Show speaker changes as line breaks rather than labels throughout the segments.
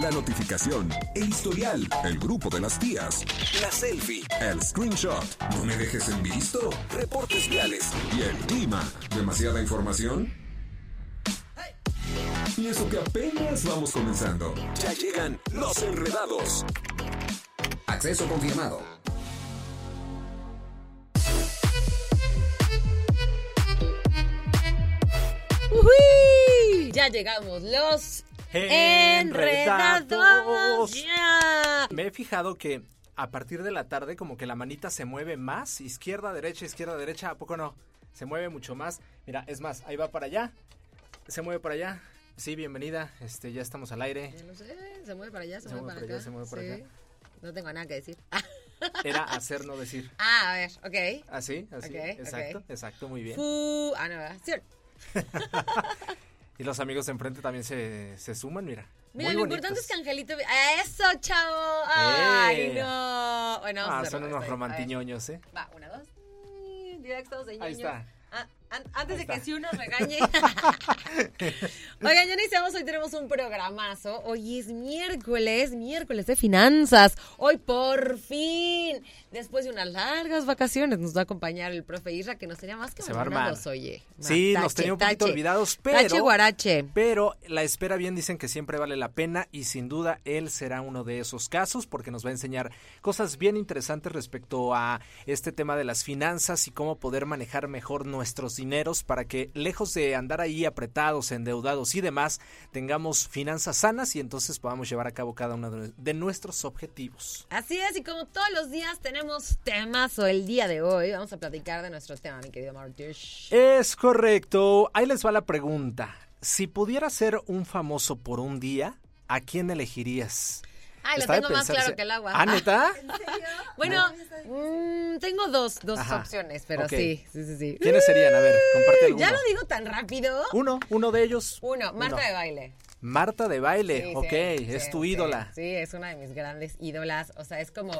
la notificación, el historial, el grupo de las tías, la selfie, el screenshot, no me dejes en visto, reportes viales y el clima. ¿Demasiada información? Y eso que apenas vamos comenzando. Ya llegan los enredados. Acceso confirmado.
¡Ujuy! Ya llegamos los enredados.
Enredados.
Ya.
Me he fijado que a partir de la tarde como que la manita se mueve más, izquierda, derecha, izquierda, derecha, ¿a poco no? Se mueve mucho más. Mira, es más, ahí va para allá. Se mueve para allá. Sí, bienvenida. Este, ya estamos al aire.
Ya no sé, se mueve para allá, se,
Se
mueve para
mueve para
acá.
allá, se mueve para
sí.
acá.
No tengo nada que decir.
Era hacer no decir.
Ah, a ver, ok.
Así, así.
Ok,
exacto,
ok.
exacto, muy bien.
Fu- Ah, no, ¿verdad? Sí.
Y los amigos de enfrente también se, se suman, mira.
Mira,
Muy
lo
bonitos.
importante es que Angelito. ¡Eso, chavo! ¡Ay,
Eh.
no! Bueno, vamos a
Ah,
hacerlo
son unos
esto. A ver.
romantiñoños, ¿eh?
Va, una, dos. Mm, Directos de ñoños.
Ahí está.
Ah, an- antes de
Ahí
que
está.
si uno regañe. Oigan, ya iniciamos, hoy tenemos un programazo. Hoy es miércoles, miércoles de finanzas. Hoy por fin, después de unas largas vacaciones, nos va a acompañar el profe Isra, que nos tenía más que
Se va a
abandonados,
armar.
oye.
Sí,
Ah,
nos tenía un poquito olvidados,
Tache
pero-
guarache.
Pero la espera bien dicen que siempre vale la pena y sin duda él será uno de esos casos porque nos va a enseñar cosas bien interesantes respecto a este tema de las finanzas y cómo poder manejar mejor nuestros dineros para que lejos de andar ahí apretados, endeudados y demás, tengamos finanzas sanas y entonces podamos llevar a cabo cada uno de- de nuestros objetivos.
Así es, y como todos los días tenemos temas, o el día de hoy vamos a platicar de nuestro tema, mi querido Martish.
Es correcto. Ahí les va la pregunta. Si pudieras ser un famoso por un día, ¿a quién elegirías?
Ay, lo
Está de
tengo más
pensarse.
claro que el agua.
¿Ah, neta?
Bueno, mm, tengo dos, dos
Ajá.
opciones, pero
Ok.
sí, sí, sí, sí.
¿Quiénes serían? A ver, comparte alguno.
¿Ya lo digo tan rápido?
Uno, uno de ellos.
Uno, Marta de baile.
Marta de baile,
Sí, sí,
ok, es
sí,
tu
sí,
ídola.
Sí, es una de mis grandes ídolas. O sea, es como,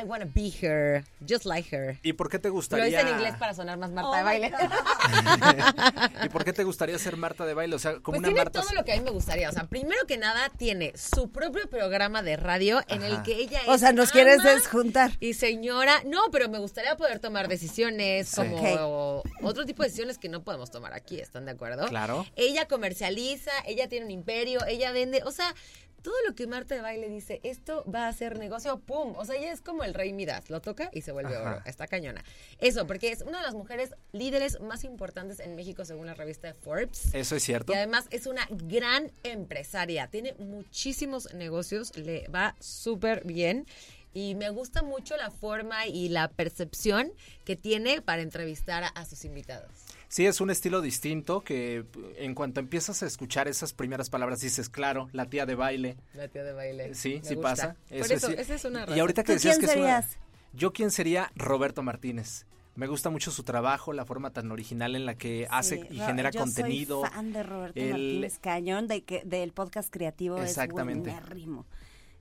I wanna be her, just like her.
¿Y por qué te
Lo
gustaría?
hice en inglés para sonar más
Oh
Marta de baile.
¿Y por qué te gustaría ser Marta de baile? O sea, como
Pues
una
tiene
Marta.
todo lo que a mí me gustaría. O sea, primero que nada, tiene su propio programa de radio en el
Ajá.
que ella es.
O sea, nos
ama
quieres desjuntar.
Y señora, no, pero me gustaría poder tomar decisiones
Sí.
como otro tipo de decisiones que no podemos tomar aquí, ¿están de acuerdo?
Claro.
Ella comercializa, ella tiene un imperio, ella vende. O sea. Todo lo que Marta de Baile dice, esto va a ser negocio, ¡pum! O sea, ella es como el rey Midas, lo toca y se vuelve
Ajá.
oro. Está cañona. Eso, porque es una de las mujeres líderes más importantes en México según la revista Forbes.
Eso es cierto.
Y además es una gran empresaria. Tiene muchísimos negocios, le va súper bien. Y me gusta mucho la forma y la percepción que tiene para entrevistar a, a sus invitados.
Sí, es un estilo distinto que en cuanto empiezas a escuchar esas primeras palabras dices, claro, la tía de baile.
La tía de baile.
Sí,
Me
sí
gusta.
pasa.
Por eso,
sí.
esa es una razón.
Y ahorita que
¿Tú
decías
quién
que es una-
serías?
Yo quién sería Roberto Martínez. Me gusta mucho su trabajo, la forma tan original en la que hace
Sí,
y
Ro-
genera
yo
contenido.
Soy fan de Roberto
El-
Martínez Cañón, de que, del podcast creativo.
Exactamente.
Es buenérrimo.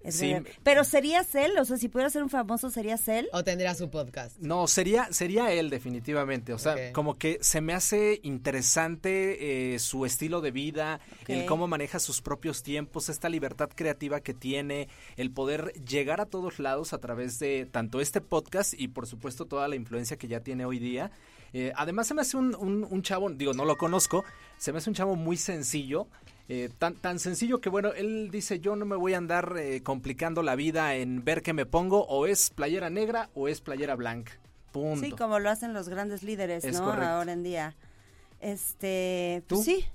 Es
Sí.
buenar- Pero serías él, o sea, si pudiera ser un famoso, serías él.
O tendrá su podcast.
No, sería, sería él definitivamente. O sea,
Ok.
como que se me hace interesante eh, su estilo de vida, el
Ok.
cómo maneja sus propios tiempos, esta libertad creativa que tiene, el poder llegar a todos lados a través de tanto este podcast y por supuesto toda la influencia que ya tiene hoy día. Eh, además se me hace un, un- un chavo, digo, no lo conozco, se me hace un chavo muy sencillo. eh, tan, tan sencillo que bueno, él dice yo no me voy a andar eh, complicando la vida en ver qué me pongo, o es playera negra o es playera blanca. Punto.
Sí, como lo hacen los grandes líderes,
Es
¿no?
correcto.
Ahora en día. Este, pues
¿Tú?
sí.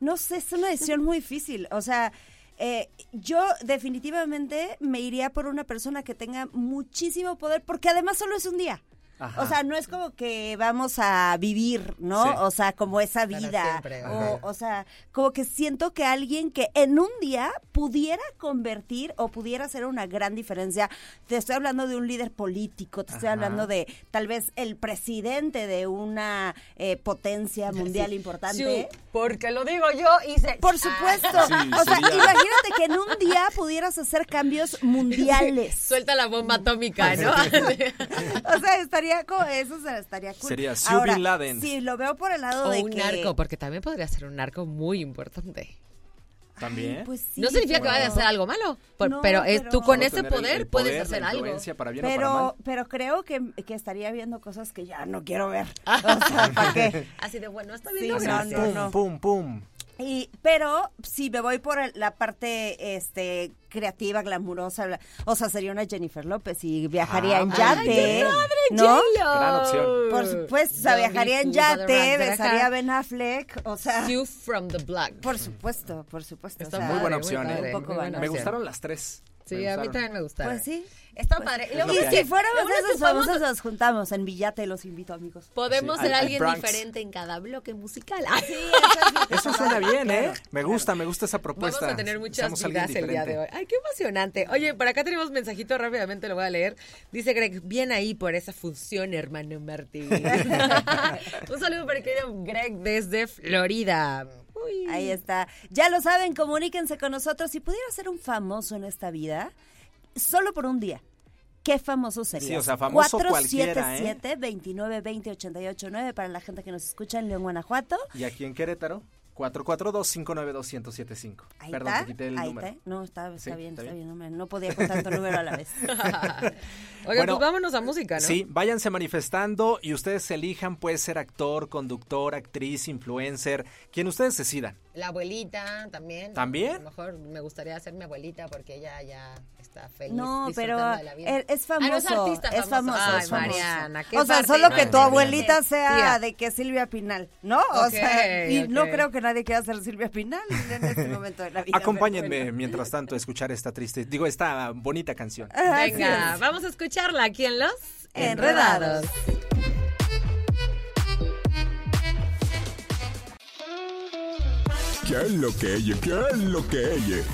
No sé, es una decisión muy difícil. O sea, eh, yo definitivamente me iría por una persona que tenga muchísimo poder, porque además solo es un día.
Ajá.
O sea, no es como que vamos a vivir, ¿no?
Sí.
O sea, como esa
Para
vida.
siempre,
O,
ajá.
o sea, como que siento que alguien que en un día pudiera convertir o pudiera hacer una gran diferencia. Te estoy hablando de un líder político, te estoy
Ajá.
hablando de tal vez el presidente de una eh, potencia mundial
Sí.
importante.
Sí, porque lo digo yo, hice.
Por supuesto.
Sí,
o sea,
sería-
imagínate que en un día pudieras hacer cambios mundiales.
Ah, Suelta la bomba atómica, ¿no?
O sea, estaría como eso se- estaría cool.
Sería Sue
Ahora,
Bin Laden.
Si lo veo por el lado
o
de
un
que
narco, porque también podría ser un narco muy importante.
También.
Pues sí,
no significa que
pero-
vayas a hacer algo malo, por-
No,
pero, es, tú
pero-
con
Solo
ese
Tener el-
poder,
el
puedes
la
hacer algo.
influencia, para bien o para mal.
Pero, pero creo que, que estaría viendo cosas que ya no quiero ver.
Ah.
O sea, ¿para qué?
Así de bueno, está bien
Sí,
logrado.
no, no, no.
Pum, pum, pum.
Y, pero si me voy por el- la parte este creativa, glamurosa, bla- o sea, sería una Jennifer López y viajaría
Ah,
en
muy
yate.
bien.
¿No?
J-Lo.
Gran opción.
Por supuesto, o sea,
Don't
viajaría
be
en
fooled by the
yate,
rag, de
besaría a
acá.
Ben Affleck, o sea,
Sue from the Black.
por supuesto, por supuesto. o
Está
sea,
Muy buena
Padre, muy
opción, ¿eh?
padre,
Un poco
muy buena
Me
opción.
gustaron las tres.
Sí,
Me
a mí
gustaron.
también me gustaron.
Pues sí.
Está
Pues-
padre. Y,
lo
luego
Y
que
es
hay.
si
que-
fuéramos
lo bueno es que
esos
podemos-
famosos, nos juntamos en Villate, los invito, amigos.
Podemos
Sí,
ser
al- al
alguien
Bronx.
diferente en cada bloque musical. Ah,
Eso suena bien, ¿eh? Me gusta, me gusta esa
Vamos
propuesta.
a tener muchas
Seamos alguien
vidas el día de
diferente.
hoy. Ay, qué emocionante. Oye, por acá tenemos mensajito rápidamente, lo voy a leer. Dice Greg, bien ahí por esa función, hermano Martín. Un saludo para el querido Greg desde Florida. Uy.
Ahí está. Ya lo saben, comuníquense con nosotros. Si pudiera ser un famoso en esta vida, solo por un día. ¿Qué famoso sería?
Sí, o sea, famoso cualquiera, ¿eh?
477-2920-889 para la gente que nos escucha en León, Guanajuato.
Y aquí en Querétaro, 442-592-1075.
Ahí
Perdón,
está.
te quité el
ahí
número.
está. No, está, está
Sí,
bien,
está
está
bien.
bien. hombre, No podía con tanto número a la vez.
Oigan,
Bueno,
pues vámonos a música, ¿no?
Sí, váyanse manifestando y ustedes elijan, puede ser actor, conductor, actriz, influencer, quien ustedes decidan.
La abuelita también.
¿También?
A lo mejor me gustaría ser mi abuelita porque ella ya está feliz.
No, pero e,
disfrutando de la vida.
es- es
Ah,
famoso.
no, es artista
es famoso.
famoso. Ay,
es famoso.
Mariana, qué
O sea,
parte
solo que
más
tu abuelita
grande.
sea
Tía.
de que Silvia Pinal, ¿no? O
Ok,
sea, y no
ok.
creo que nadie quiera ser Silvia Pinal en este momento de la vida.
Acompáñenme
pero bueno.
mientras tanto a escuchar esta triste, digo, esta bonita canción.
Así
Venga,
es.
vamos a escucharla aquí en Los
Enredados.
¿Qué es lo que ella? ¿Qué es lo que ella?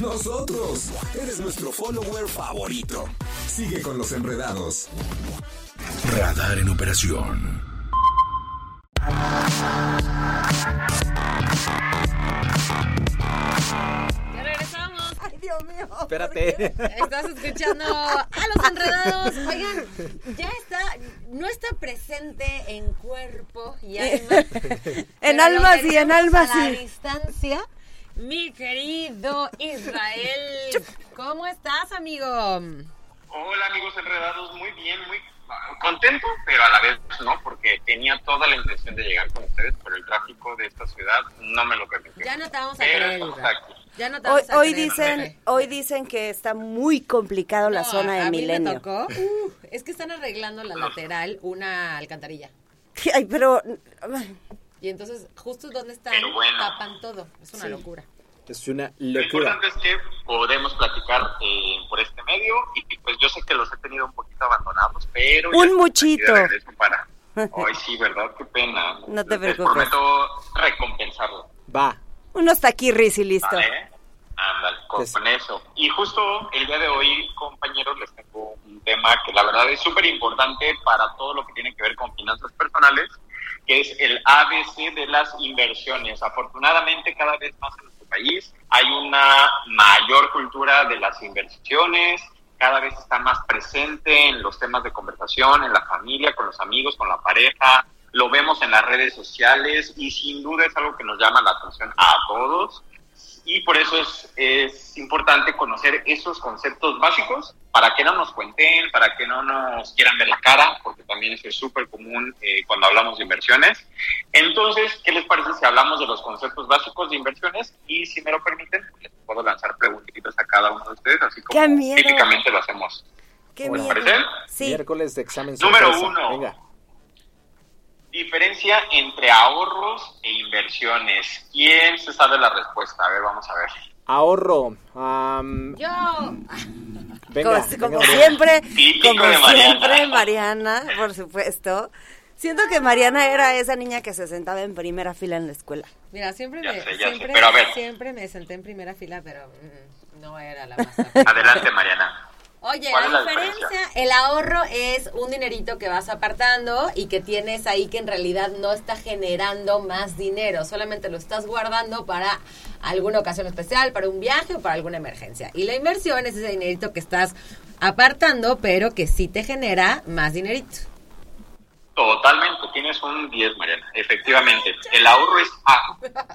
Nosotros. Eres nuestro follower favorito. Sigue con los enredados. Radar en operación.
Ya regresamos.
Ay, Dios mío.
Espérate.
Estás escuchando a los enredados. Oigan, ya está, no está presente en cuerpo y alma. pero lo
alma sí, Eh, en
tenemos
alma
a la
sí.
distancia, mi querido Israel. ¿Cómo estás, amigo?
Hola amigos enredados, muy bien, muy contento, pero a la vez no, porque tenía toda la intención de llegar con ustedes, pero el tráfico de esta ciudad no me lo permitió.
Ya no te vamos a
Pero
creer.
estamos
Israel.
aquí.
Ya no te
Hoy,
vamos a
hoy
creer,
dicen,
Israel.
hoy dicen que está muy complicado la
No,
zona
a-
de
a mí me
Milenio.
tocó, uh, es que están arreglando la lateral una alcantarilla.
Ay, pero
Y entonces, justo donde están,
Pero bueno.
tapan todo. Es una locura.
Es una
Lo importante es que podemos platicar eh, por este medio y pues yo sé que los he tenido un poquito abandonados, pero... ya
Un
estamos aquí de
muchito.
regreso para... Ay, sí, ¿verdad? Qué pena.
No te
Les
preocupes.
prometo recompensarlo.
Va.
unos taquirris y listo.
¿Vale? Ándale, con,
Pues-
con eso. Y justo el día de hoy, compañeros, les tengo un tema que la verdad es súper importante para todo lo que tiene que ver con finanzas personales, que es el ABC de las inversiones. Afortunadamente, cada vez más en nuestro país hay una mayor cultura de las inversiones, cada vez está más presente en los temas de conversación, en la familia, con los amigos, con la pareja, lo vemos en las redes sociales y sin duda es algo que nos llama la atención a todos y por eso es, es importante conocer esos conceptos básicos para que no nos cuenten, para que no nos quieran ver la cara, porque también eso es súper común eh, cuando hablamos de inversiones. Entonces, ¿qué les parece si hablamos de los conceptos básicos de inversiones? Y si me lo permiten, pues, les puedo lanzar preguntitas a cada uno de ustedes, así como
¡Qué miedo!
típicamente lo hacemos.
Qué
¿Les
miedo.
parece?
Sí.
Miércoles de examen
Número
sorpresa.
uno.
Venga.
Diferencia entre ahorros e inversiones. ¿Quién se sabe la respuesta? A ver, vamos a ver.
Ahorro. am,
Yo,
venga.
como, como
venga,
siempre,
Típico
como
de Mariana.
siempre, Mariana, por supuesto. Siento que Mariana era esa niña que se sentaba en primera fila en la escuela.
mira, siempre
Ya
me,
sé, ya sé,
siempre,
pero a ver.
siempre me senté en primera fila, pero mm, no era la más.
Adelante, Mariana.
Oye,
¿Cuál
la,
es la
diferencia,
diferencia?
el ahorro es un dinerito que vas apartando y que tienes ahí que en realidad no está generando más dinero, solamente lo estás guardando para alguna ocasión especial, para un viaje o para alguna emergencia. Y la inversión es ese dinerito que estás apartando, pero que sí te genera más dinerito.
Totalmente, tienes un 10, Mariana, efectivamente. El ahorro es A.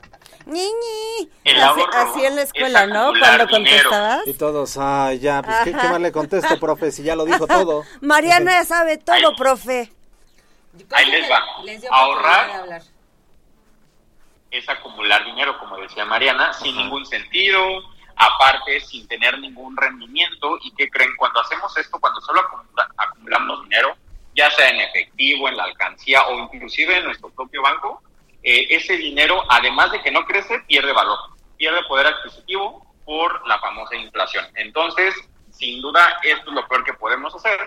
Niñi.
El
así,
ahorro
así en la
es
escuela, ¿no?
acumular
Cuando
dinero.
contestabas.
Y todos, ah, ya, pues ¿qué, qué
Ajá.
más le contesto, profe, si ya lo dijo todo.
Mariana ya sabe todo, profe.
Ahí les va.
Les dio
Ahorrar.
oportunidad de hablar.
es acumular dinero, como decía Mariana, sin ningún sentido, aparte sin tener ningún rendimiento. ¿Y qué creen? Cuando hacemos esto, cuando solo acumula- acumulamos dinero, ya sea en efectivo, en la alcancía o inclusive en nuestro propio banco, eh, ese dinero, además de que no crece, pierde valor, pierde poder adquisitivo por la famosa inflación. Entonces, sin duda, esto es lo peor que podemos hacer.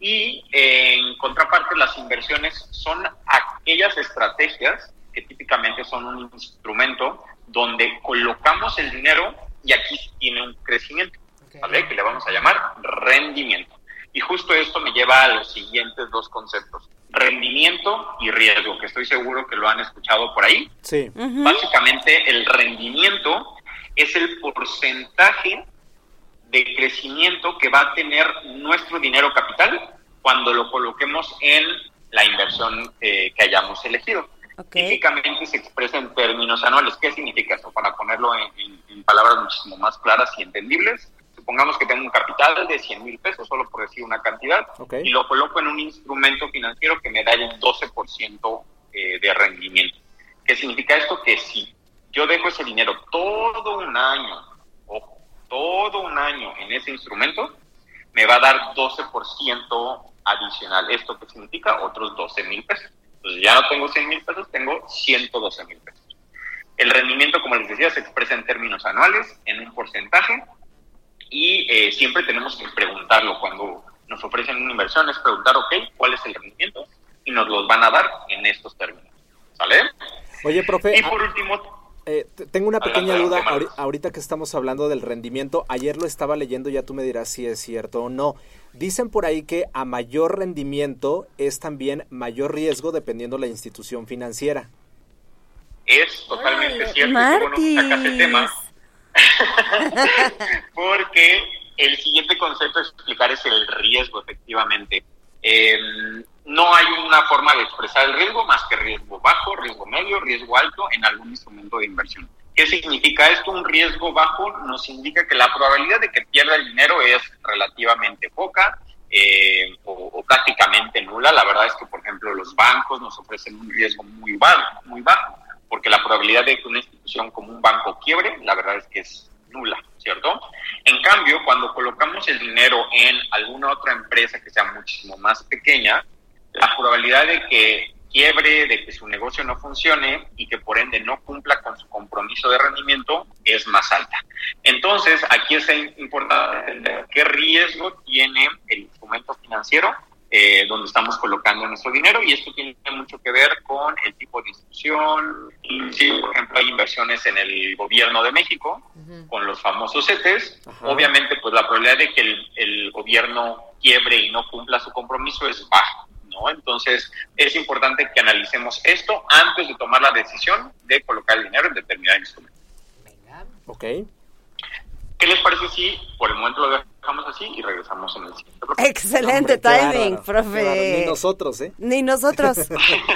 Y eh, en contraparte, las inversiones son aquellas estrategias que típicamente son un instrumento donde colocamos el dinero y aquí tiene un crecimiento, ¿vale? Que le vamos a llamar rendimiento. Y justo esto me lleva a los siguientes dos conceptos, rendimiento y riesgo, que estoy seguro que lo han escuchado por ahí.
Sí,
Mm.
Básicamente el rendimiento es el porcentaje de crecimiento que va a tener nuestro dinero capital cuando lo coloquemos en la inversión eh, que hayamos elegido.
Ok.
Típicamente se expresa en términos anuales. ¿Qué significa eso? Para ponerlo en, en- en palabras muchísimo más claras y entendibles, supongamos que tengo un capital de 100 mil pesos, solo por decir una cantidad,
Ok.
y lo coloco en un instrumento financiero que me da el 12% eh, de rendimiento. ¿Qué significa esto? Que si yo dejo ese dinero todo un año, ojo, todo un año en ese instrumento, me va a dar 12% adicional. ¿Esto qué significa? Otros 12 mil pesos. Entonces ya no tengo 100 mil pesos, tengo 112 mil pesos. El rendimiento, como les decía, se expresa en términos anuales, en un porcentaje, y eh, siempre tenemos que preguntarlo cuando nos ofrecen una inversión, es preguntar, ok, ¿cuál es el rendimiento? Y nos los van a dar en estos términos. ¿Sale?
oye, profe, ah,
Y
ah.
por último,
Eh, t- tengo una
Adelante,
pequeña duda
adelante,
ahori-
Marcos.
ahorita que estamos hablando del rendimiento. Ayer lo estaba leyendo, ya tú me dirás si es cierto o no. Dicen por ahí que a mayor rendimiento es también mayor riesgo dependiendo la institución financiera.
es totalmente
Órale,
cierto, que bueno que sacas el tema, porque el siguiente concepto a explicar es el riesgo, efectivamente. Eh, no hay una forma de expresar el riesgo más que riesgo bajo, riesgo medio, riesgo alto en algún instrumento de inversión. ¿Qué significa esto? Un riesgo bajo nos indica que la probabilidad de que pierda el dinero es relativamente poca eh, o, o prácticamente nula. La verdad es que, por ejemplo, los bancos nos ofrecen un riesgo muy bajo, muy bajo, porque la probabilidad de que una institución como un banco quiebre, la verdad es que es nula, ¿cierto? En cambio, cuando colocamos el dinero en alguna otra empresa que sea muchísimo más pequeña, la probabilidad de que quiebre, de que su negocio no funcione y que por ende no cumpla con su compromiso de rendimiento es más alta. Entonces, aquí es importante entender qué riesgo tiene el instrumento financiero eh, donde estamos colocando nuestro dinero y esto tiene mucho que ver con el tipo de institución, inclusive, por ejemplo, hay inversiones en el gobierno de México, con los famosos CETES.
Ajá.
Obviamente, pues la probabilidad de que el, el gobierno quiebre y no cumpla su compromiso es baja, ¿no? Entonces, es importante que analicemos esto antes de tomar la decisión de colocar el dinero en determinado instrumento.
¿Ok?
¿Qué les parece si por el momento lo dejamos así y regresamos en el siguiente bloque?
Excelente
Hombre, qué
timing,
bárbaro, qué bárbaro.
profe.
Ni nosotros, ¿eh?
Ni nosotros.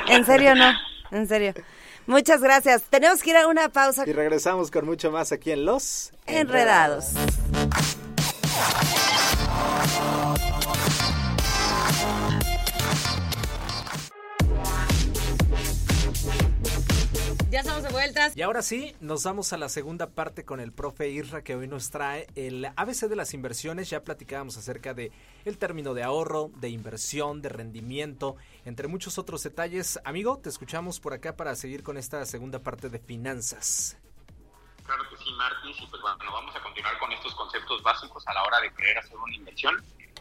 en serio, no. En serio. Muchas gracias. Tenemos que ir a una pausa.
Y regresamos con mucho más aquí en Los
Enredados.
Ya estamos de vueltas.
Y ahora sí, nos vamos a la segunda parte con el profe Irra que hoy nos trae el ABC de las inversiones. Ya platicábamos acerca de el término de ahorro, de inversión, de rendimiento, entre muchos otros detalles. Amigo, te escuchamos por acá para seguir con esta segunda parte de finanzas.
Claro que sí, Martis. Y pues bueno, vamos a continuar con estos conceptos básicos a la hora de querer hacer una inversión.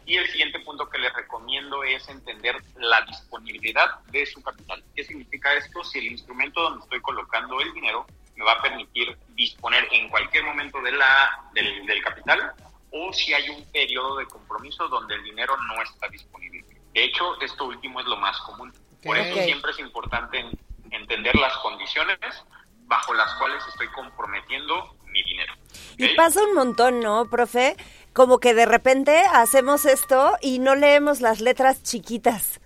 Y el siguiente punto que les recomiendo es entender la disponibilidad de su capital. ¿Qué significa esto? Si el instrumento donde estoy colocando el dinero me va a permitir disponer en cualquier momento de la, del, del capital o si hay un periodo de compromiso donde el dinero no está disponible. De hecho, esto último es lo más común. Por eso
Ok.
siempre es importante en- entender las condiciones bajo las cuales estoy comprometiendo mi dinero.
Y
¿ok?
pasa un montón, ¿no, profe? Como que de repente hacemos esto y no leemos las letras chiquitas.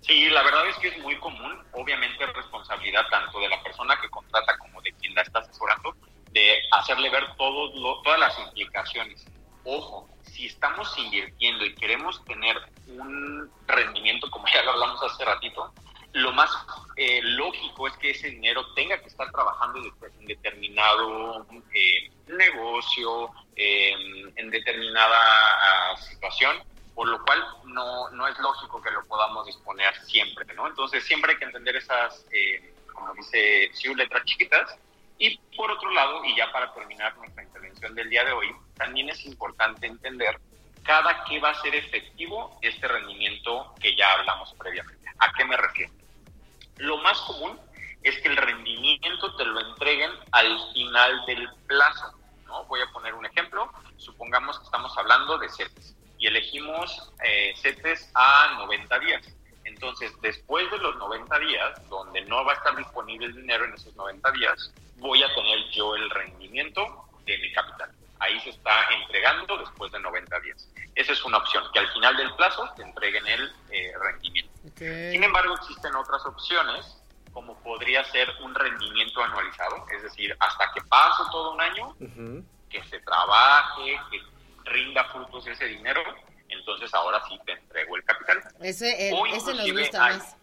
Sí, la verdad es que es muy común, obviamente es responsabilidad tanto de la persona que contrata como de quien la está asesorando, de hacerle ver todo lo, todas las implicaciones. Ojo, si estamos invirtiendo y queremos tener un rendimiento, como ya lo hablamos hace ratito, lo más eh, lógico es que ese dinero tenga que estar trabajando en determinado eh, negocio, eh, en determinada ah, situación, por lo cual no, no es lógico que lo podamos disponer siempre, ¿no? Entonces siempre hay que entender esas, eh, como dice Siu, letras chiquitas. Y por otro lado, y ya para terminar nuestra intervención del día de hoy, también es importante entender cada que va a ser efectivo este rendimiento que ya hablamos previamente. ¿A qué me refiero? Lo más común es que el rendimiento te lo entreguen al final del plazo. ¿no? Voy a poner un ejemplo. Supongamos que estamos hablando de CETES y elegimos eh, CETES a 90 días. Entonces, después de los 90 días, donde no va a estar disponible el dinero en esos 90 días, voy a tener yo el rendimiento de mi capital ahí se está entregando después de 90 días. Esa es una opción, que al final del plazo te entreguen el eh, rendimiento. Okay. Sin embargo, existen otras opciones, como podría ser un rendimiento anualizado, es decir, hasta que pase todo un año, uh -huh. que se trabaje, que rinda frutos ese dinero, entonces ahora sí te entrego el capital.
Ese, el, ese nos gusta hay, más.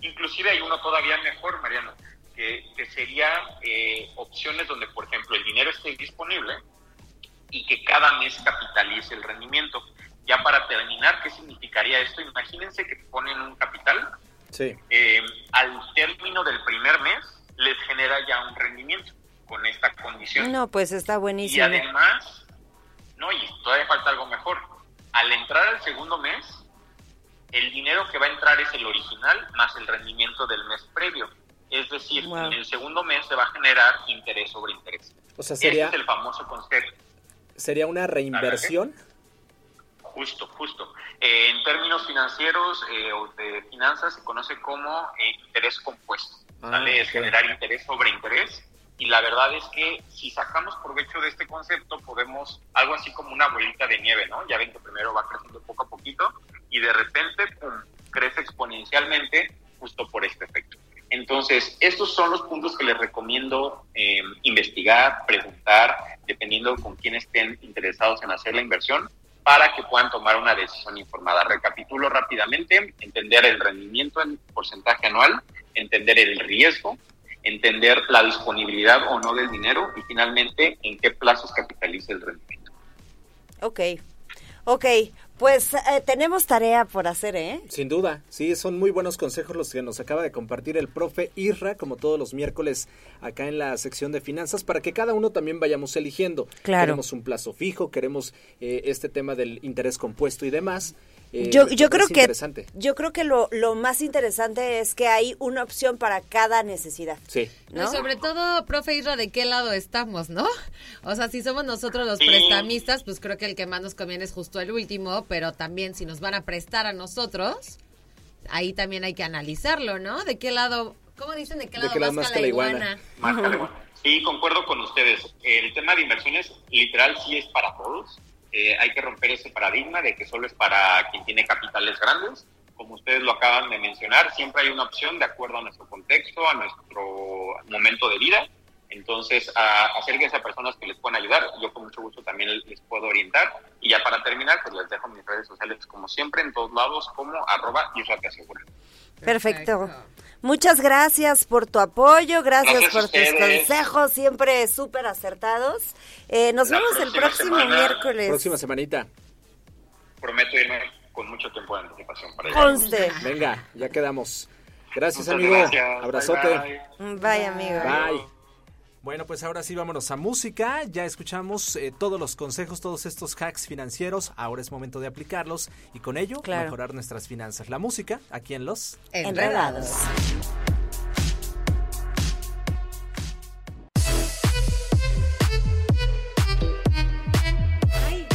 Inclusive hay uno todavía mejor, Mariano, que, que, sería eh, opciones donde, por ejemplo, el dinero esté disponible y que cada mes capitalice el rendimiento. Ya para terminar, ¿qué significaría esto? Imagínense que ponen un capital,
sí.
eh, al término del primer mes les genera ya un rendimiento con esta condición.
No, pues está buenísimo. Y
además, no, y todavía falta algo mejor. Al entrar al segundo mes, el dinero que va a entrar es el original más el rendimiento del mes previo. Es decir, wow. en el segundo mes se va a generar interés sobre interés.
O sea, sería.
Este es el famoso concepto.
¿Sería una reinversión?
Justo, justo. Eh, en términos financieros eh, o de finanzas se conoce como eh, interés compuesto. Ah, ¿vale? Es okay. generar interés sobre interés. Y la verdad es que si sacamos provecho de este concepto, podemos algo así como una bolita de nieve, ¿no? Ya ven que primero va creciendo poco a poquito y de repente pum, crece exponencialmente justo por este efecto. Entonces, estos son los puntos que les recomiendo eh, investigar, preguntar, dependiendo con quién estén interesados en hacer la inversión, para que puedan tomar una decisión informada. Recapitulo rápidamente, entender el rendimiento en porcentaje anual, entender el riesgo, entender la disponibilidad o no del dinero y finalmente en qué plazos capitaliza el rendimiento.
Ok, ok. Pues eh, tenemos tarea por hacer, ¿eh?
Sin duda, sí, son muy buenos consejos los que nos acaba de compartir el profe Irra, como todos los miércoles acá en la sección de finanzas, para que cada uno también vayamos eligiendo.
Claro.
Queremos un plazo fijo, queremos eh, este tema del interés compuesto y demás. pues,
Eh, yo, yo creo que yo creo que lo, lo, más interesante es que hay una opción para cada necesidad.
Sí.
¿no? no sobre todo, profe Isra, ¿de qué lado estamos, no? O sea, si somos nosotros los sí. prestamistas, pues creo que el que más nos conviene es justo el último, pero también si nos van a prestar a nosotros, ahí también hay que analizarlo, ¿no? ¿De qué lado, cómo dicen, de qué lado, ¿De qué lado más la iguana?
iguana. Sí, concuerdo con ustedes. El tema de inversiones literal sí es para todos. Eh, hay que romper ese paradigma de que solo es para quien tiene capitales grandes. Como ustedes lo acaban de mencionar, siempre hay una opción de acuerdo a nuestro contexto, a nuestro momento de vida. Entonces, a, acérquense a personas que les puedan ayudar. Yo con mucho gusto también les puedo orientar. Y ya para terminar, pues les dejo mis redes sociales como siempre, en todos lados, como arroba y te asegura.
Perfecto. Perfecto. Muchas gracias por tu apoyo, gracias, gracias por tus consejos, siempre súper acertados. Eh, nos La vemos el próximo semana, miércoles.
Próxima semanita.
Prometo irme con mucho tiempo de anticipación para
Conste.
Allá. Venga, ya quedamos. Gracias, Muchas amigo. Gracias. Abrazote.
Bye, bye. bye, amigo.
Bye. Bueno, pues ahora sí vámonos a música. Ya escuchamos eh, todos los consejos, todos estos hacks financieros. Ahora es momento de aplicarlos y con ello claro. mejorar nuestras finanzas. La música aquí en Los
Eh, Enredados.
Ay,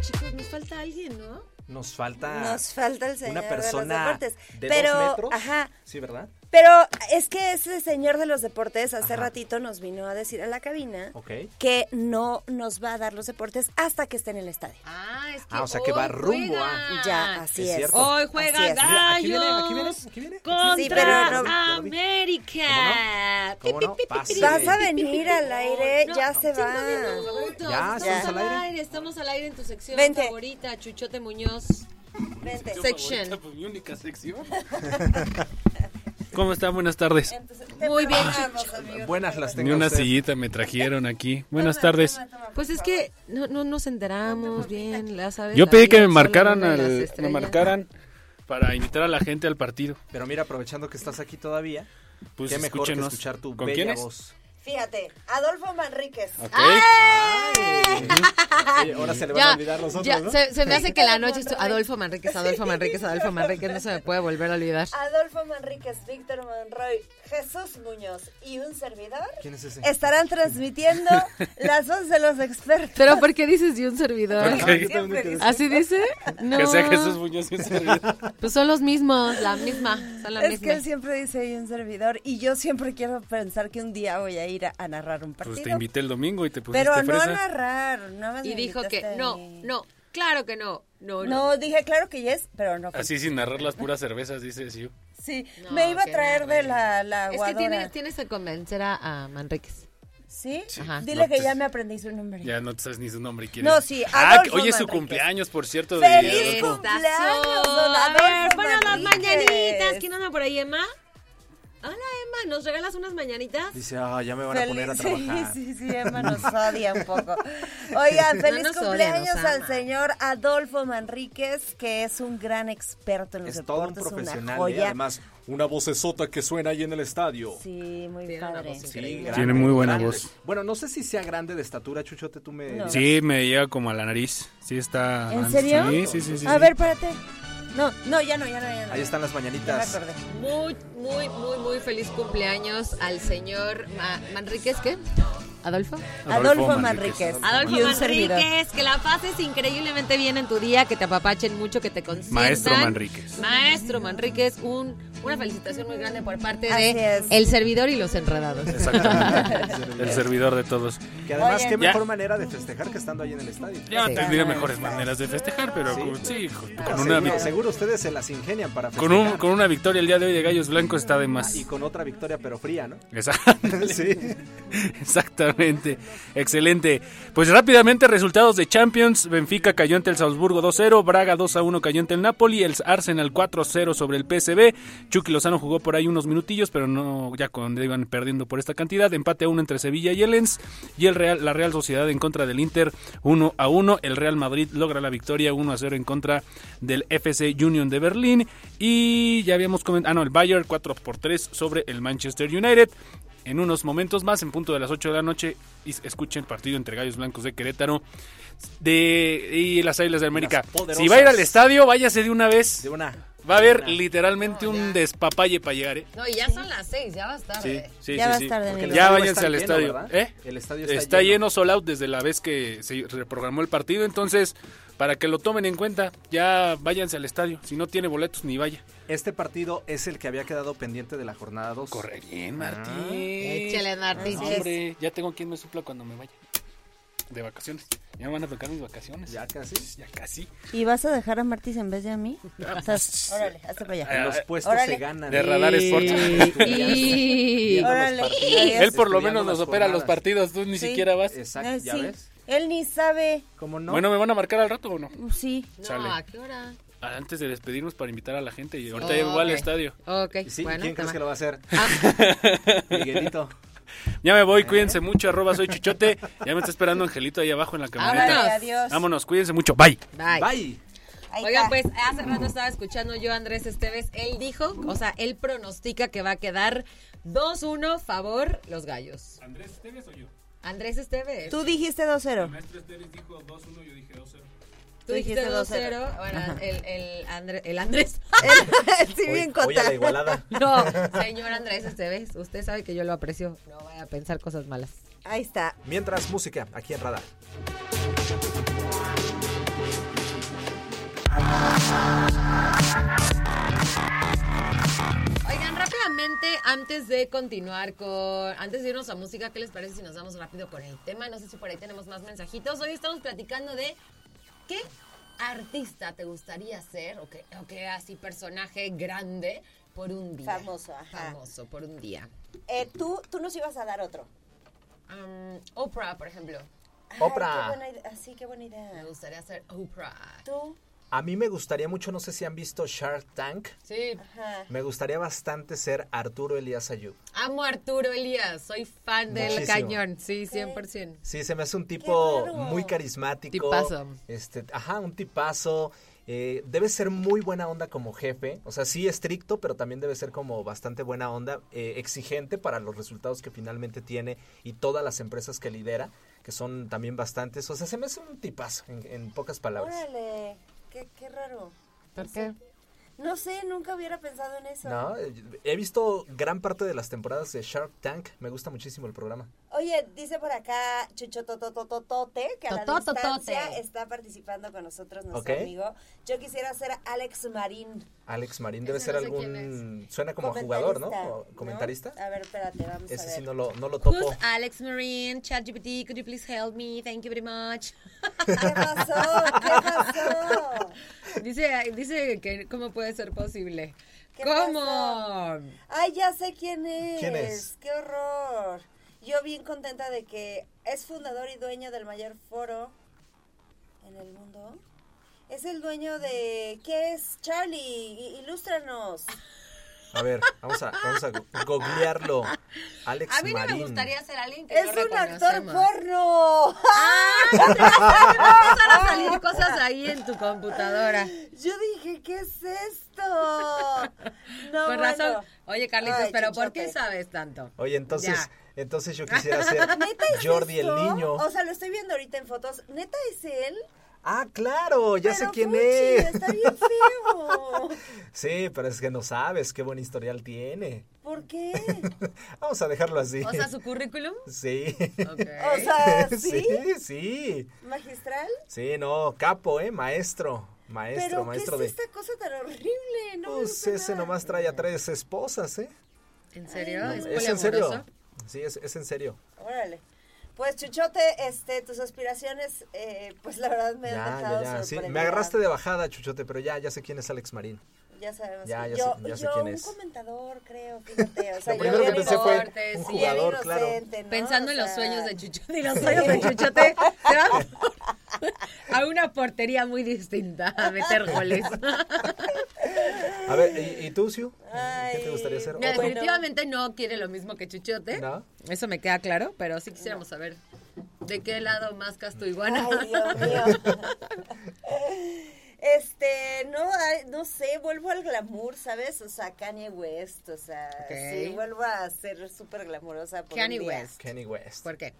chicos, nos falta alguien, ¿no?
Nos falta,
nos falta el señor
una persona de, las de dos
pero,
metros.
Ajá,
Sí, ¿verdad?
Pero es que ese señor de los deportes hace Ajá. ratito nos vino a decir a la cabina
okay.
que no nos va a dar los deportes hasta que esté en el estadio.
Ah, es que
ah, o sea que va rumbo
a... Ya, así es. es.
Ah, Hoy juega Gallos contra sí, pero no, América.
¿Cómo no? ¿Cómo no?
Vas a venir al aire, no, ya se va.
Ya, estamos ya.
al aire. Estamos al aire en tu sección Vente. favorita, Chuchote Muñoz.
Vente.
Section.
Favorita, pues, mi única sección. ¿Cómo están? Buenas tardes.
Muy bien.
Buenas las
tengo. Ni una usted. sillita me trajeron aquí. Buenas toma, tardes. Toma,
toma, pues es que no, no nos enteramos bien, la sabes.
Yo pedí que me marcaran al, me marcaran para invitar a la gente al partido.
Pero mira, aprovechando que estás aquí todavía, pues qué mejor que escuchar tu ¿Con bella voz.
Fíjate, Adolfo Manríquez.
Okay.
¡Ay!
Oye, ahora se le van ya, a olvidar los otros, ya, ¿no?
se, se, me hace que la noche estu... Adolfo Manríquez, Adolfo Manríquez, Adolfo Manríquez, no se me puede volver a olvidar.
Adolfo Manríquez, Víctor Monroy, Jesús Muñoz y un servidor.
¿Quién es ese?
Estarán transmitiendo las voces de los expertos.
¿Pero por qué dices y un servidor?
Okay.
¿Así dice? No.
Que sea Jesús Muñoz y un servidor.
Pues son los mismos, la misma, son la
es
misma.
que él siempre dice y un servidor y yo siempre quiero pensar que un día voy a ir a, a, narrar un partido.
Pues te invité el domingo y te pusiste
Pero no
fresa.
a narrar, no me
Y dijo que no, no, claro que no. No,
no. no dije claro que yes, pero no.
Así sin narrar las puras cervezas, dice Siu.
Sí, no, me iba a traer narre. de la, la
aguadora. Es que tienes, tienes que convencer a, a Manríquez.
¿Sí? Ajá. Dile no que te... ya me aprendí su nombre.
Ya no te sabes ni su nombre y quién
No, sí,
ah, Oye, su cumpleaños, por cierto.
¡Feliz de cumpleaños, don
A ver, bueno, las mañanitas. ¿Quién anda por ahí, Emma? Hola Emma, ¿nos regalas unas mañanitas?
Dice, ah, oh, ya me van a feliz, poner a trabajar.
Sí, sí, sí, Emma nos odia un poco. Oigan, feliz no cumpleaños odia, al ama. señor Adolfo Manríquez, que es un gran experto en los
es
deportes.
todo un profesional y además una vocesota que suena ahí en el estadio.
Sí, muy Tiene padre.
Sí, grande, Tiene muy buena grande. voz.
Bueno, no sé si sea grande de estatura, Chuchote, tú me... No.
Sí, me llega como a la nariz. Sí, está...
¿En serio?
Sí, sí, sí. sí
a
sí.
ver, párate. No, no, ya no, ya no, ya no.
Ahí están las mañanitas.
Ya me acordé.
Muy, muy, muy, muy feliz cumpleaños al señor Ma Manríquez, ¿qué? ¿Adolfo?
Adolfo, Adolfo Manríquez.
Adolfo y un Manríquez, que la pases increíblemente bien en tu día, que te apapachen mucho, que te consientan.
Maestro Manríquez.
Maestro Manríquez, un, una felicitación muy grande por parte Así de es. el servidor y los enredados.
Exactamente. el servidor de todos.
Que además, Oye, qué mejor ya. manera de festejar que estando ahí en el estadio.
Ya sí. tendría mejores maneras de festejar, pero sí, con, sí, con una...
Seguro, seguro ustedes se las ingenian para
festejar. Con, un, con una victoria el día de hoy de Gallos Blancos está de más.
Y con otra victoria, pero fría, ¿no?
Exactamente. sí. Exactamente. Excelente. Excelente. Pues rápidamente, resultados de Champions. Benfica cayó ante el Salzburgo 2-0, Braga 2-1 cayó ante el Napoli, el Arsenal 4-0 sobre el PSB. Chucky Lozano jugó por ahí unos minutillos, pero no ya cuando iban perdiendo por esta cantidad. Empate a 1 entre Sevilla y el Lens y el Real, la Real Sociedad en contra del Inter 1-1. El Real Madrid logra la victoria 1-0 en contra del FC Union de Berlín y ya habíamos comentado, ah no, el Bayern 4 por 3 sobre el Manchester United. En unos momentos más, en punto de las 8 de la noche, escuchen el partido entre Gallos Blancos de Querétaro de, y las Águilas de América. Si va a ir al estadio, váyase de una vez.
De una.
Va a haber literalmente no, un despapalle para llegar, ¿eh?
No, y ya son las seis, ya vas tarde.
Sí, sí,
ya
sí, vas tarde. Ya váyanse al estadio.
Lleno,
¿Eh?
El estadio está,
está lleno. lleno. sold out desde la vez que se reprogramó el partido, entonces para que lo tomen en cuenta, ya váyanse al estadio. Si no tiene boletos, ni vaya.
Este partido es el que había quedado pendiente de la jornada 2.
Corre bien, Martín. Ah,
échale, Martín.
hombre, ya tengo quien me supla cuando me vaya de vacaciones. Ya me van a tocar mis vacaciones.
Ya casi.
Ya casi.
¿Y vas a dejar a Martis en vez de a mí? o sea, órale, hazte para allá.
Los puestos
órale.
se ganan.
Eh, De radar Sports.
órale.
Él por lo menos nos opera jornadas. los partidos, tú ni sí. siquiera vas.
Exacto, eh,
ya sí. ves. Él ni sabe.
¿Cómo no?
Bueno, ¿me van a marcar al rato o no?
Sí.
No, ¿a qué hora?
antes de despedirnos para invitar a la gente y ahorita oh, yo voy okay. al estadio.
Ok,
sí,
bueno,
¿Quién crees
va.
que lo va a hacer? Ah. Miguelito.
Ya me voy, cuídense mucho, arroba soy Chichote. Ya me está esperando Angelito ahí abajo en la camioneta.
Ay, adiós.
Vámonos, cuídense mucho. Bye.
Ah, Bye.
Bye.
Oigan, pues hace rato estaba escuchando yo a Andrés Esteves. Él dijo, o sea, él pronostica que va a quedar 2-1 favor los gallos.
¿Andrés Esteves o yo?
Andrés Esteves.
Tú dijiste 2-0.
El maestro Esteves dijo 2-1, yo dije 2-0.
Tú dijiste 2-0. Bueno, Ajá. el, el, André, el Andrés.
el, sí, bien contado.
la igualada.
No, señor Andrés Esteves, usted sabe que yo lo aprecio. No vaya a pensar cosas malas.
Ahí está.
Mientras, música, aquí en Radar.
Oigan, rápidamente, antes de continuar con. Antes de irnos a música, ¿qué les parece si nos vamos rápido con el tema? No sé si por ahí tenemos más mensajitos. Hoy estamos platicando de. ¿Qué artista te gustaría ser? ¿O qué, o qué así personaje grande por un día?
Famoso, ajá.
Famoso por un día.
Eh, tú, tú nos ibas a dar otro.
Um, Oprah, por ejemplo.
Ay,
Oprah.
qué buena idea. Sí, qué buena
Me
idea.
gustaría ser Oprah.
Tú,
A mí me gustaría mucho, no sé si han visto Shark Tank.
Sí.
ajá.
Me gustaría bastante ser Arturo Elías Ayub.
Amo a Arturo Elías. Soy fan del
Muchísimo.
cañón. Sí, 100%.
Sí, se me hace un tipo
raro.
muy carismático.
Tipazo.
Este, ajá, un tipazo. Eh, debe ser muy buena onda como jefe. O sea, sí estricto, pero también debe ser como bastante buena onda, eh, exigente para los resultados que finalmente tiene y todas las empresas que lidera, que son también bastantes. O sea, se me hace un tipazo, en, en pocas palabras.
Órale, qué, qué raro.
¿Por qué?
No sé, nunca hubiera pensado en eso.
No, eh, he visto gran parte de las temporadas de Shark Tank. Me gusta muchísimo el programa.
Oye, dice por acá Chucho Totototote, que a la
Totototote.
distancia está participando con nosotros nuestro
Ok.
amigo. Yo quisiera ser Alex Marín.
Alex Marín debe
Ese
ser
no sé
algún... Suena como a jugador, ¿no? O
¿no?
comentarista.
A ver, espérate, vamos a
Ese
ver.
sí no lo, no lo topo.
Who's Pues, Alex Marine? ChatGPT, could you please help me? Thank you very much.
¿Qué pasó? ¿Qué pasó?
dice, dice que cómo puede ser posible.
¿Qué
¿Cómo?
pasó? Ay, ya sé quién es.
¿Quién es?
Qué horror. Yo bien contenta de que es fundador y dueño del mayor foro en el mundo. Es el dueño de... ¿Qué es Charlie? I- Ilústranos.
Ah,
A ver, vamos a, vamos a googlearlo. Alex
A mí no
Marín.
me gustaría ser alguien que
Es
no
un actor
reconocemos.
porno.
¡Ah! ya te Empezaron a salir cosas ahí en tu computadora.
Yo dije, ¿qué es esto? No,
Con
bueno.
razón. Oye, Carlitos,
Ay,
¿pero por qué
chichote.
sabes tanto?
Oye, entonces,
Ya.
entonces yo quisiera ser
¿Neta es
Jordi el
esto?
niño.
O sea, lo estoy viendo ahorita en fotos. ¿Neta es él?
Ah, claro, ya sé
Pero,
quién
Puchi,
es.
Está bien feo.
Sí, pero es que no sabes qué buen historial tiene.
¿Por qué?
Vamos a dejarlo así.
O sea, su currículum.
Sí.
Ok.
O sea, ¿Ah, ¿sí?
¿Eh? Sí, sí.
¿Magistral?
Sí, no, capo, ¿eh? Maestro. Maestro,
¿Pero
maestro
qué
de...
es esta cosa tan horrible? No me
Pues
gusta
ese
nada.
nomás trae a tres esposas, ¿eh?
¿En serio? ¿Es,
Es en serio.
poliamoroso?
Sí, es, es en serio.
Órale. Pues, Chuchote, este, tus aspiraciones, eh, pues la verdad me han
Ya,
dejado
ya, ya. Sí, me
sorprendida.
agarraste de bajada, Chuchote, pero ya, ya sé quién es Alex Marín.
Ya sabemos.
Ya,
que
ya
yo,
sé- ya sé
yo
quién
un
es.
comentador, creo, fíjate. O sea,
Lo
yo
primero que
bien
pensé fue
deportes,
un
sí,
bien
jugador, claro.
inocente, ¿no?
Pensando
O
en los
sea,
sueños de Chuchote y los sueños de Chuchote, te va a una portería muy distinta a meter goles.
A ver, ¿y, y tú, Siu? ¿Qué te
Ay,
gustaría ser?
No,
Bueno.
definitivamente no quiere lo mismo que Chuchote.
No.
Eso me queda claro, pero sí quisiéramos saber de qué lado más casto iguana.
Ay, Dios mío. Este, no, ay, no sé, vuelvo al glamour, ¿sabes? O sea, Kanye West, o sea,
Ok.
sí, vuelvo a ser súper glamurosa. por un
Kanye
día.
West.
Kenny West.
¿Por qué?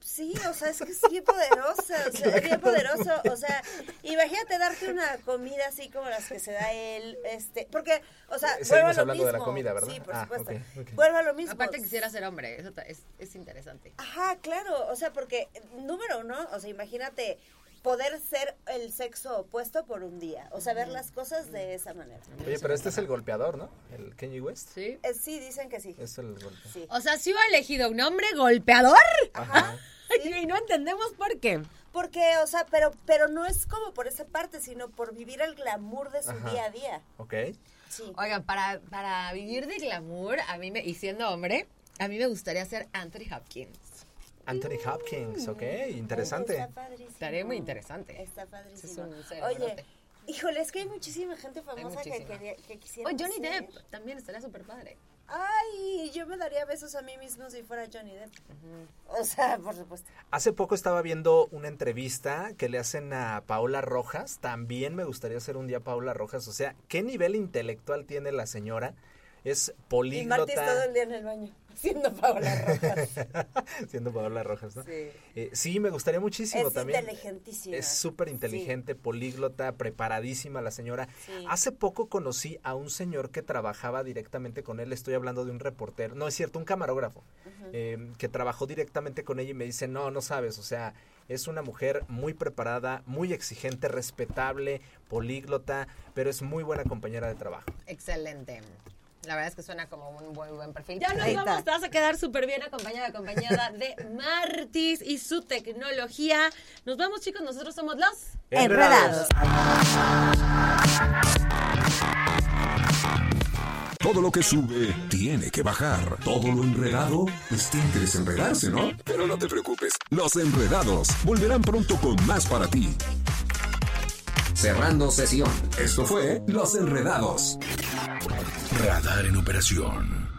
Sí, o sea, es que es bien poderosa, o sea, es bien poderoso, o sea, imagínate darte una comida así como las que se da él, este, porque, o sea,
Seguimos
vuelvo a lo
hablando de la
mismo.
comida, ¿verdad?
Sí, por
Ah,
supuesto.
ok, ok.
Vuelvo a lo mismo.
Aparte quisiera ser hombre, eso ta- es, es interesante.
Ajá, claro, o sea, porque número uno, o sea, imagínate poder ser el sexo opuesto por un día, o sea, ver las cosas de esa manera.
Oye, pero este es el golpeador, ¿no? El Kenny West.
¿Sí?
Eh, sí, dicen que sí.
Es el golpeador.
Sí.
O sea, si hubiera elegido un hombre golpeador.
Ajá.
Y no entendemos por qué.
Porque, o sea, pero pero no es como por esa parte, sino por vivir el glamour de su
Ajá.
día a día.
Ok.
Sí.
Oigan, para, para vivir de glamour, a mí me, y siendo hombre, a mí me gustaría ser Anthony Hopkins.
Anthony Hopkins, ok.
Mm.
Interesante.
Está padrísimo.
Estaría muy interesante.
Está padrísimo.
Es un
Oye,
cerebrote.
híjole, es que hay muchísima gente famosa que,
muchísima.
quería- que quisiera.
O Johnny
ser.
Depp también estaría súper padre.
Ay, yo me daría besos a mí mismo si fuera Johnny Depp. O sea, por supuesto.
Hace poco estaba viendo una entrevista que le hacen a Paola Rojas. También me gustaría ser un día Paola Rojas. O sea, ¿qué nivel intelectual tiene la señora? Es
Y Martis todo
políglota.
el día en el baño, siendo Paola Rojas.
Siendo Paola Rojas, ¿no?
Sí.
Eh, sí, me gustaría muchísimo
Es
también.
inteligentísima.
Es súper inteligente, políglota, preparadísima la señora.
Sí.
Hace poco conocí a un señor que trabajaba directamente con él. Estoy hablando de un reportero, no es cierto, un camarógrafo, eh, que trabajó directamente con ella y me dice, no, no sabes, o sea, es una mujer muy preparada, muy exigente, respetable, políglota, pero es muy buena compañera de trabajo.
Excelente. La verdad es que suena como un buen, buen perfil. Ya nos
Ahí
vamos,
está.
te vas a quedar súper bien acompañada, acompañada de Martis y su tecnología. Nos vamos, chicos, nosotros somos los...
Enredados.
Todo lo que sube tiene que bajar. Todo lo enredado, pues tiene que desenredarse, ¿no? Pero no te preocupes, los enredados volverán pronto con más para ti.
Cerrando sesión.
Esto fue Los Enredados.
Radar en operación.